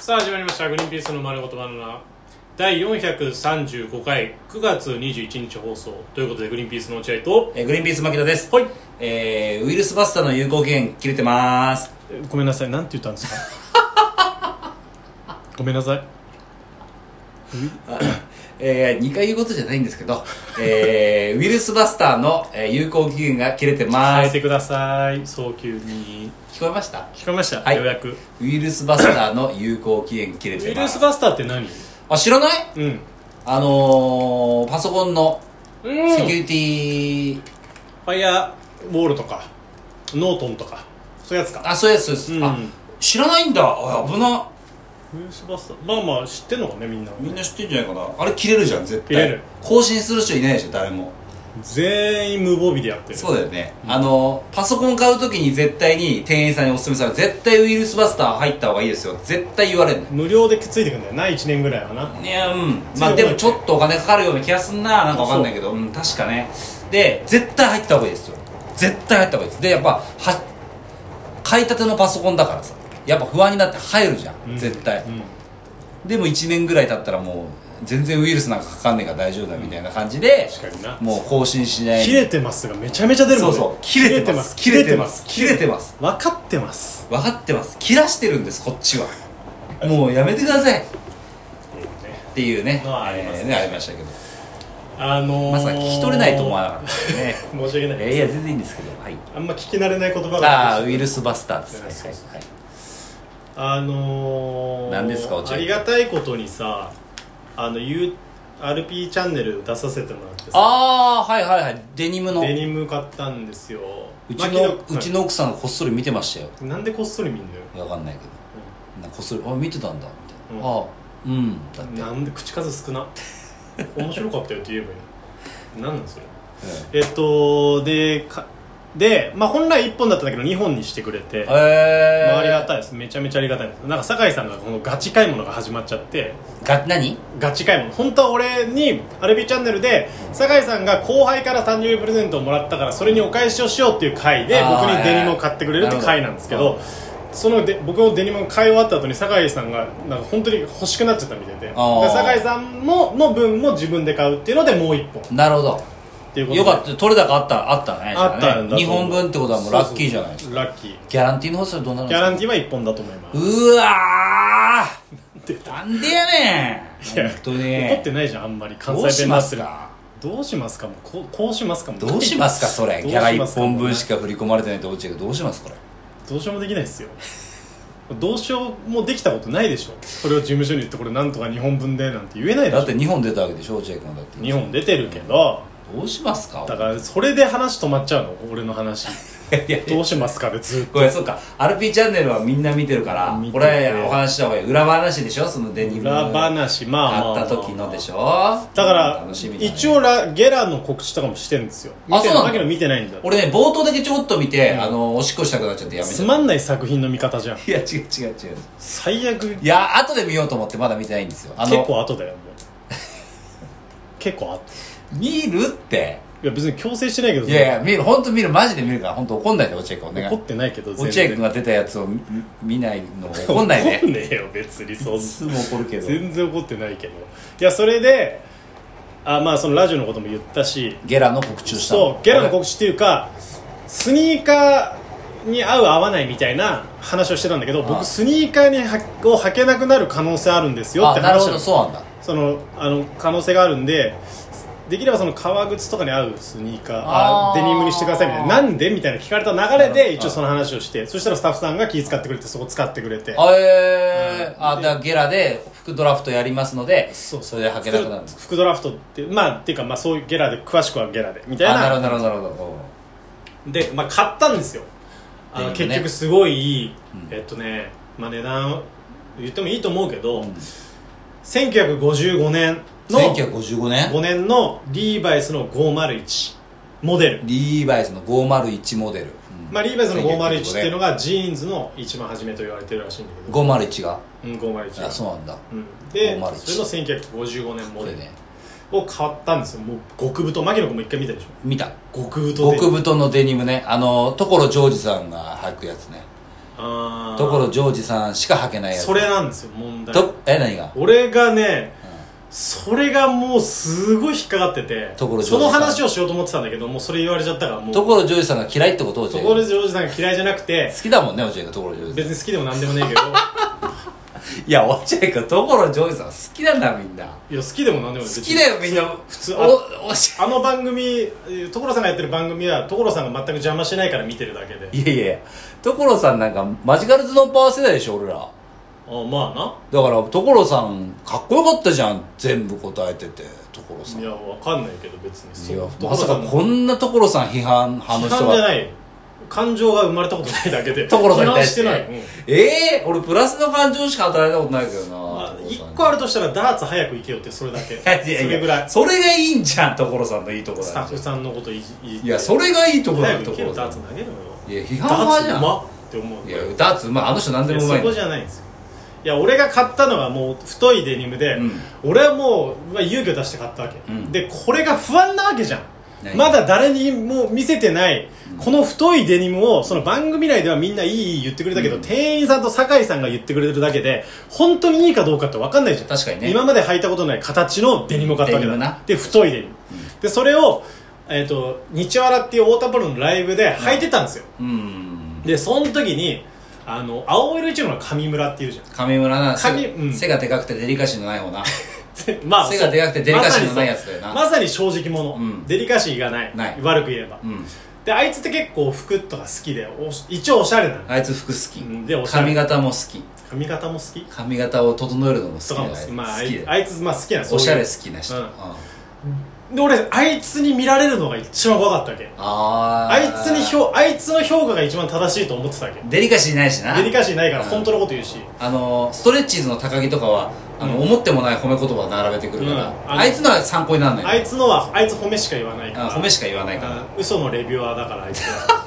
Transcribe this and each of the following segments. さあ始まりました「グリーンピースの丸ごとバナナ」第435回9月21日放送ということでグリーンピースの落合とえーグリーンピース牧野です、はいえーウイルスバスターの有効期限切れてますごめんなさいなんて言ったんですか ごめんなさいあえ2回言うことじゃないんですけど、 えーウイルスバスターの、えー有効期限が切れてま変えすてください早急に聞こえました聞こえました、はいようやくウウイルスバスターの有効期限切れてイまルスすバスターって何あ知らないうんあのー、パソコンのうんセキュリティ、ファイアウォールとかノートンとかそういうやつかあそうですそうです、うんあ知らないんだあ危なウイルスバスターまあまあ知ってんのかねみんなみんな知ってんじゃないかなあれ切れるじゃん絶対切れる更新する人いないでしょ誰も全員無防備でやってるそうだよね、あのパソコン買うときに絶対に店員さんにおすすめされる絶対ウイルスバスター入った方がいいですよ絶対言われる無料でついてくんだよな1年ぐらいはな、いやうんまあでもちょっとお金かかるような気がすんななんかわかんないけどうん確かねで絶対入った方がいいですよ絶対入った方がいいですでやっぱは買いたてのパソコンだからさやっぱ不安になって入るじゃん、うん絶対、うんでも1年ぐらい経ったらもう全然ウイルスなんかかかんねえから大丈夫だみたいな感じで、確かになもう更新しない切れてますがめちゃめちゃ出るもそんうねそう切れてます切れてます切れてます分かってます分かってます切らしてるんですこっちはもうやめてくださいっていうねのはありますねえーねありましたけどあのー、まさか聞き取れないと思わなかったですね申し訳ないいやいや全然いいんですけどはいあんま聞き慣れない言葉が出てきたああーウイルスバスターですそうねそうはいはいあのー、何ですか落合ありがたいことにさあの U RP チャンネル出させてもらってさああはいはいはいデニムのデニム買ったんですようち牧野のうちの奥さんがこっそり見てましたよなんでこっそり見んのよ分かんないけどなんかこっそりあ見てたんだみたいなうああうんだってなんで口数少な面白かったよって言えばいいのなんなんそれうえんっとでかで、まあ、本来1本だったんだけど2本にしてくれて、まえあ、ありがいたいですめちゃめちゃありがたいですなんか酒井さんがこのガチ買い物が始まっちゃってが何ガチ買い物本当は俺にアルビーチャンネルで酒井さんが後輩から誕生日プレゼントをもらったからそれにお返しをしようっていう回であー僕にデニムを買ってくれるって回なんですけどそので僕のデニムを買い終わった後に酒井さんがなんか本当に欲しくなっちゃったみたいでであー酒井さんもの分も自分で買うっていうのでもう1本っなるほどていうことでよかった取れ高あったあったねあったんだと思う2本分ってことはもうラッキーじゃないそうそうそうラッキーギャランティーの方それどうなるんギでャすラかンティーは1本だと思いますうわ出ーなんでやねいやん本当に怒ってないじゃんあんまり関ど西う弁しになまってするかどうしますかもこうこうしますかもどうしますかそれ ギャラ1本分しかか振り込まれてないって落ちてどうしますこれどうしようもできないですよどうしようもできたことないでしょそれを事務所に言ってこれなんとか2本分でなんて言えないでだっして2本出たわけでしょ落合君はだってょ2本出てるけどどうしますかだからそれで話止まっちゃうの俺の 話いやいやどうしますかでずっとこれそうか RP チャンネルはみんな見てるから見てこてれお話しした方がいい裏話でしょそのデニム裏話まあまあまああった時のでしょだから楽しみだね一応ラゲラの告知とかもしてるんですよあそうなのだけど見てないんだ俺ね冒頭だけちょこっと見て、あのおしっこしたくなっちゃってやめちつゃっまんない作品の見方じゃんたいや違う違う違う最悪いや後で見ようと思ってまだ見てないんですよあの結構後 だよもう結構後見るっていや別に強制してないけどいやいや見る本当見るマジで見るから本当怒んないで落合君お願い怒ってないけど落合君が出たやつを見見ないの怒んないねで 怒んねえよ別に そんいつも怒るけど全然怒ってないけどいやそれであまあそのラジオのことも言ったしゲラの告知をしたそうゲラの告知っていうかスニーカーに合う合わないみたいな話をしてたんだけどあ僕あスニーカーにはを履けなくなる可能性あるんですよってあなる話なほどのそうなんだそのあの可能性があるんでできればその革靴とかに合うスニーカーああーデニムにしてくださいみたいななんでみたいな聞かれた流れなるほでど一応その話をしてそしたらスタッフさんが気遣ってくれてそこ使ってくれてあえーうんあだからゲラで副ドラフトやりますのでそそうれで履けなくなるんです副ドラフトってまあっていうかまあそういうゲラで詳しくはゲラでみたいあななるほどなるほどなるほどで、まあ、買ったんですよあの、デニムね結局すごいいい、えっとね、まあ、値段言ってもいいと思うけど、1955年の1955年5年のリーバイスの501モデルリーバイスの501モデル、うんまあ、リーベイズの501っていうのががジーンズの一番初めと言われてるらしいんだけど、 501がうん、501あそうなんだうん、で501それの1955年モこデれルねを買ったんですよもう極太牧野君も一回見たでしょ見た極太で極太のデニムねあの所ジョージさんが履くやつねあーところジョージさんしか履けないやつそれなんですよ問題とえ何が俺がね、それがもうすごい引っかかってて所ジョージそさんの話をしようと思ってたんだけどもうそれ言われちゃったからもうところジョージさんが嫌いってことを所じゃあジョージさんが嫌いじゃなくて好きだもんね落合がところジョージ別に好きでも何でもねえけ どさんいや落合がところジョージさん好きなんだみんないや好きでも何でも好きだよみんな普通おあおしあの番組えー所さんがやってる番組は所さんが全く邪魔しないから見てるだけでいやいやいや所さんなんかマジカルズのパワー世代でしょ俺らあまあなだから所さんかっこよかったじゃん全部答えてて所さんいいやわかんないけど別にそうや所まささかんのこんな所さん批判派批の人判じゃがない感情が生まれたことないだけで 所さん批に対判ししててない、うんええ俺プラスの感情しか働いたことないけどなまあ、所さん1個あるとしたらダーツ早く行けよってそれだけいやいやいやそれぐらいそれがいいんじゃん所さんのいいとこスタだッフさんのこといじいじっていやそれがいいとこだ早よく行け所よさダーんツ投げろよいや批ダ判派ーじツゃうんまっって思ういやダーツまああの人何でいやもうまそいんだこよじゃないんですよいや俺が買ったのがもう太いデニムで、俺はもう、まあ、勇気を出して買ったわけ、うんでこれが不安なわけじゃん何まだ誰にも見せてない、この太いデニムをその番組内ではみんないいいい言ってくれたけど、店員さんと酒井さんが言ってくれてるだけで本当にいいかどうかって分かんないじゃん確かにね今まで履いたことない形のデニムを買ったわけデニムだなで太いデニム、でそれを、えー、と日原っていう太田プロのライブで履いてたんですよ、うんでその時にあの青色一の上村っていうじ ゃん上村な上背,、うん背がでかくてデリカシーのない方なでま背がでかくてデリカシーのないやつだよなまさにそうまさに正直者、うんデリカシーがないない悪く言えば、うんであいつって結構服とか好きでおし一応おしゃれなのあいつ服好うきんでおしゃれ髪型も好き髪型も好き髪型を整えるのも好きとだかもよ好き,、まあ、あ好きいだあよいつまあ好きなのそうおいうしゃれ好きな人、うんうんあで俺あいつに見られるのが一番怖かったわけああいつに評あいつの評価が一番正しいと思ってたわけデリカシーないしなデリカシーないからうん本当のこと言うし、あのストレッチーズの高木とかはあの、うん思ってもない褒め言葉並べてくるから、うんああのいつのは参考にならないあいつのはあいつ褒めしか言わないからあ褒めしか言わないからあ嘘のレビュアーだからあいつは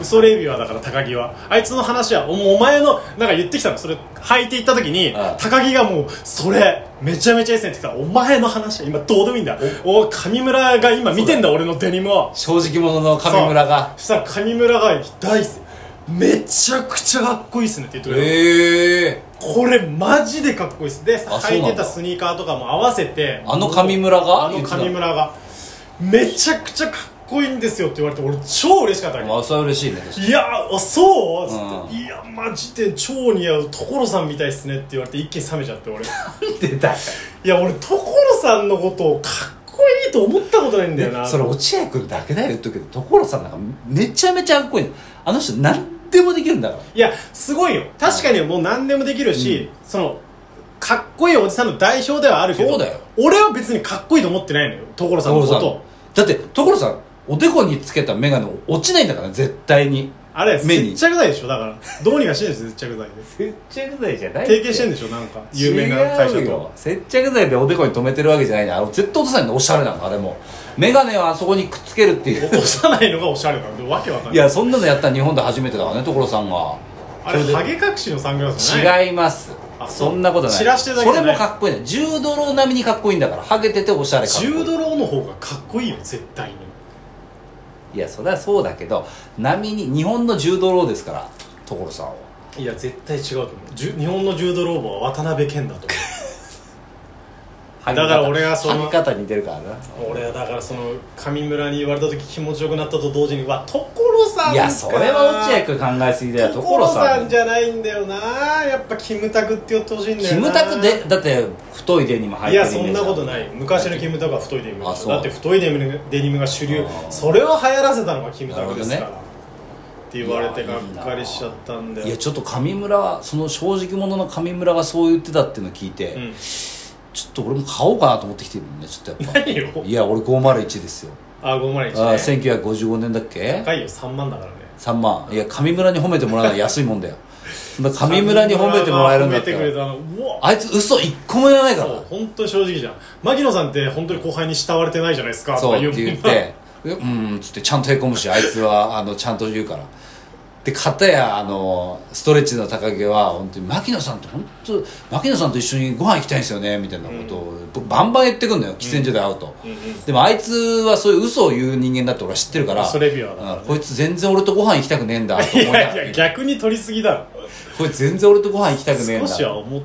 嘘レビュアーだから高木はあいつの話はおお前のなんか言ってきたのそれ履いていった時にああ高木がもうそれめちゃめちゃいい線ってきたお前の話は今どうでもいいんだおお上村が今見てんだ俺のデニムを正直者の上村がそしたら上村が大好きめちゃくちゃかっこいいっすねって言ってくれたええこれマジでかっこいいっすであそう履ないんだてたスニーカーとかも合わせてあの上村があの言ってた上村がめちゃくちゃかっこいいんですよって言われて俺超嬉しかったわけまあそれは嬉しいね確かにいやーあそうつって、ういやマジで超似合う所さんみたいっすねって言われて一気に冷めちゃって俺いや俺所さんのことをかっこいいと思ったことないんだよなそれ落合君だけだよ言っとくけど所さんなんかめちゃめちゃかっこいいあの人何でもできるんだからいやすごいよ確かにもう何でもできるし、そのかっこいいおじさんの代表ではあるけどそうだよ俺は別にかっこいいと思ってないのよ所さんのこ所さとんだって所さんおでこにつけた眼鏡落ちないんだから絶対にあれ目接に着剤でしょだからどうにかしてるんです接着剤で接着剤じゃない提携してんでしょなんか有名な会社違うとよ接着剤でおでこに留めてるわけじゃないねあの絶対落とさないのおしゃれなんかあれも眼鏡をあそこにくっつけるっていう落とさないのがおしゃれなんでわけわかんないいやそんなのやったら日本で初めてだからね所さんがあれそれでハゲ隠しのサングラスじゃない違いますあそうそんなことない散らしてるだけそじゃれないもかっこいいね10ドロ並みにかっこいいんだからハゲてておしゃれかっこいい10ドローの方がかっこいいよ絶対にいやそれはそうだけど並みに日本の10ドロですから所さんはいや絶対違うと思うじゅ日本の10ドローは渡辺謙だとだから俺がそのハゲ方似てるからな思う俺はだからその上村に言われた時気持ちよくなったと同時にわ所さんかいやそれは落合君考えすぎだよ所所ささんんじゃないんだよなやっぱキムタクって言ってほしいんだキよなムタクでだって太いデニム入いってるやそんなこといない昔のキムタクは太いデニムだあそうだって太いデニムデニムが主流あーそれを流行らせたのがキムタクですから、なるって言われてがっかりしちゃったんだよいやちょっと上村はその正直者の上村がそう言ってたっていうのを聞いて、うんちょっと俺も買おうかなと思ってきてるもんねちょっとやっぱ何よいや俺501ですよあ5万円あね1955年だっけ高いよ3万だからね3万いや上村に褒めてもらうのは安いも んだよそんな上村に褒めてもらえるんだっ褒めてくれてたのうわあいつ嘘一個も言わないかそうら本当に正直じゃん牧野さんって本当に後輩に慕われてないじゃないですかそうとっかて言う言もんなって「うん」っつってちゃんとへこむしあいつはあのちゃんと言うからで片やあのストレッチの高木は本当に牧野さんって本当牧野さんと一緒にご飯行きたいんですよねみたいなことを、バンバン言ってくんのよ喫煙所で会うと、うんうんでもあいつはそういう嘘を言う人間だって俺は知ってるからそれビュアーだからねうんこいつ全然俺とご飯行きたくねえんだと思いいながらやいや逆に取りすぎだろこいつ全然俺とご飯行きたくねえん少だしは思って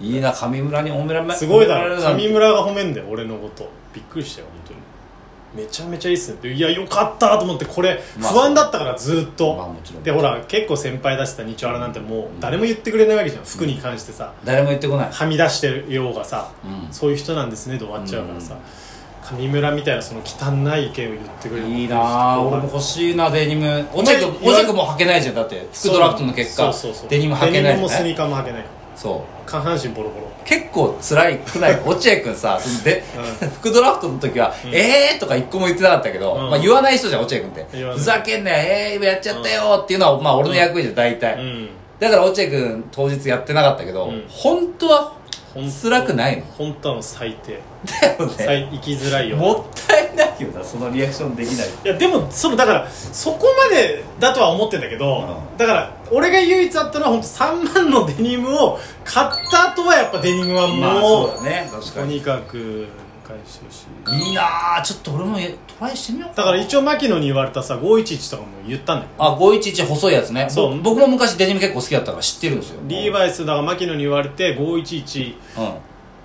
るいいな上村に褒められわすごいだろ褒められるなんて上村が褒めんだよ俺のことびっくりしたよ本当にめちゃめちゃいいっすねっていやよかったと思ってこれ不まあ安だったからずっと、まあもちろんでほら結構先輩出してた日曜あらなんてもう誰も言ってくれないわけじゃん、服に関してさ誰も言ってこないはみ出してようがさ、うんそういう人なんですねで終わっちゃうからさ、上村みたいなその汚い意見を言ってくれるいいなあ俺も欲しいなデニムおちゃくお前おちゃくも履けないじゃんだって服ドラフトの結果そうそうそうデニム履けなデいニムもじゃスなニーいカーも履けないそう下半身ボロボロ結構辛いく ない落合君さそので、う副ドラフトの時は「ええー!」とか一個も言ってなかったけど、うんまあ、言わない人じゃん落合君って言わないふざけんなよええー、やっちゃったよーっていうのは、まあ、俺の役目じゃん大体、うんだから落合君当日やってなかったけど、うん本当はほんと辛くないの本当はの最低だよね最生きづらいよ もったいないよなそのリアクションできないいやでもそのだからそこまでだとは思ってんだけど、だから俺が唯一あったのは本当三3万のデニムを買った後はやっぱデニムはもう,、まあそうだね確とかににかく回収しいいなあちょっと俺もえトライしてみようだから一応牧野に言われたさ511とかも言ったんだよあ511細いやつねそうぼ僕も昔デニム結構好きだったから知ってるんですよリーバイスだから牧野に言われて511うん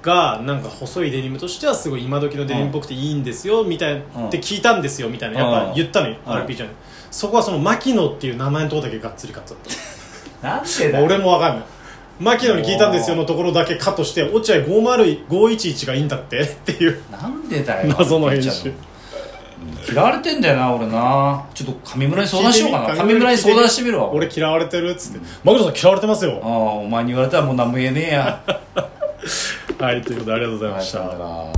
がなんか細いデニムとしてはすごい今時のデニムっぽくていいんですよみたいな、うんって聞いたんですよみたいなやっぱ言ったのよ、うん RP ちゃんにそこはその牧野っていう名前のとこだけがっつりカットだったなんでだよ俺もわかんない牧野に聞いたんですよのところだけカットして落合50511がいいんだってっていうなんでだよ謎の編集嫌われてんだよな俺なちょっと上村に相談しようかな上村に相談してみるわ俺嫌われてるっつって牧野さん嫌われてますあよ あお前に言われたらもう何も言えねえやはいということでありがとうございました、はいさよなら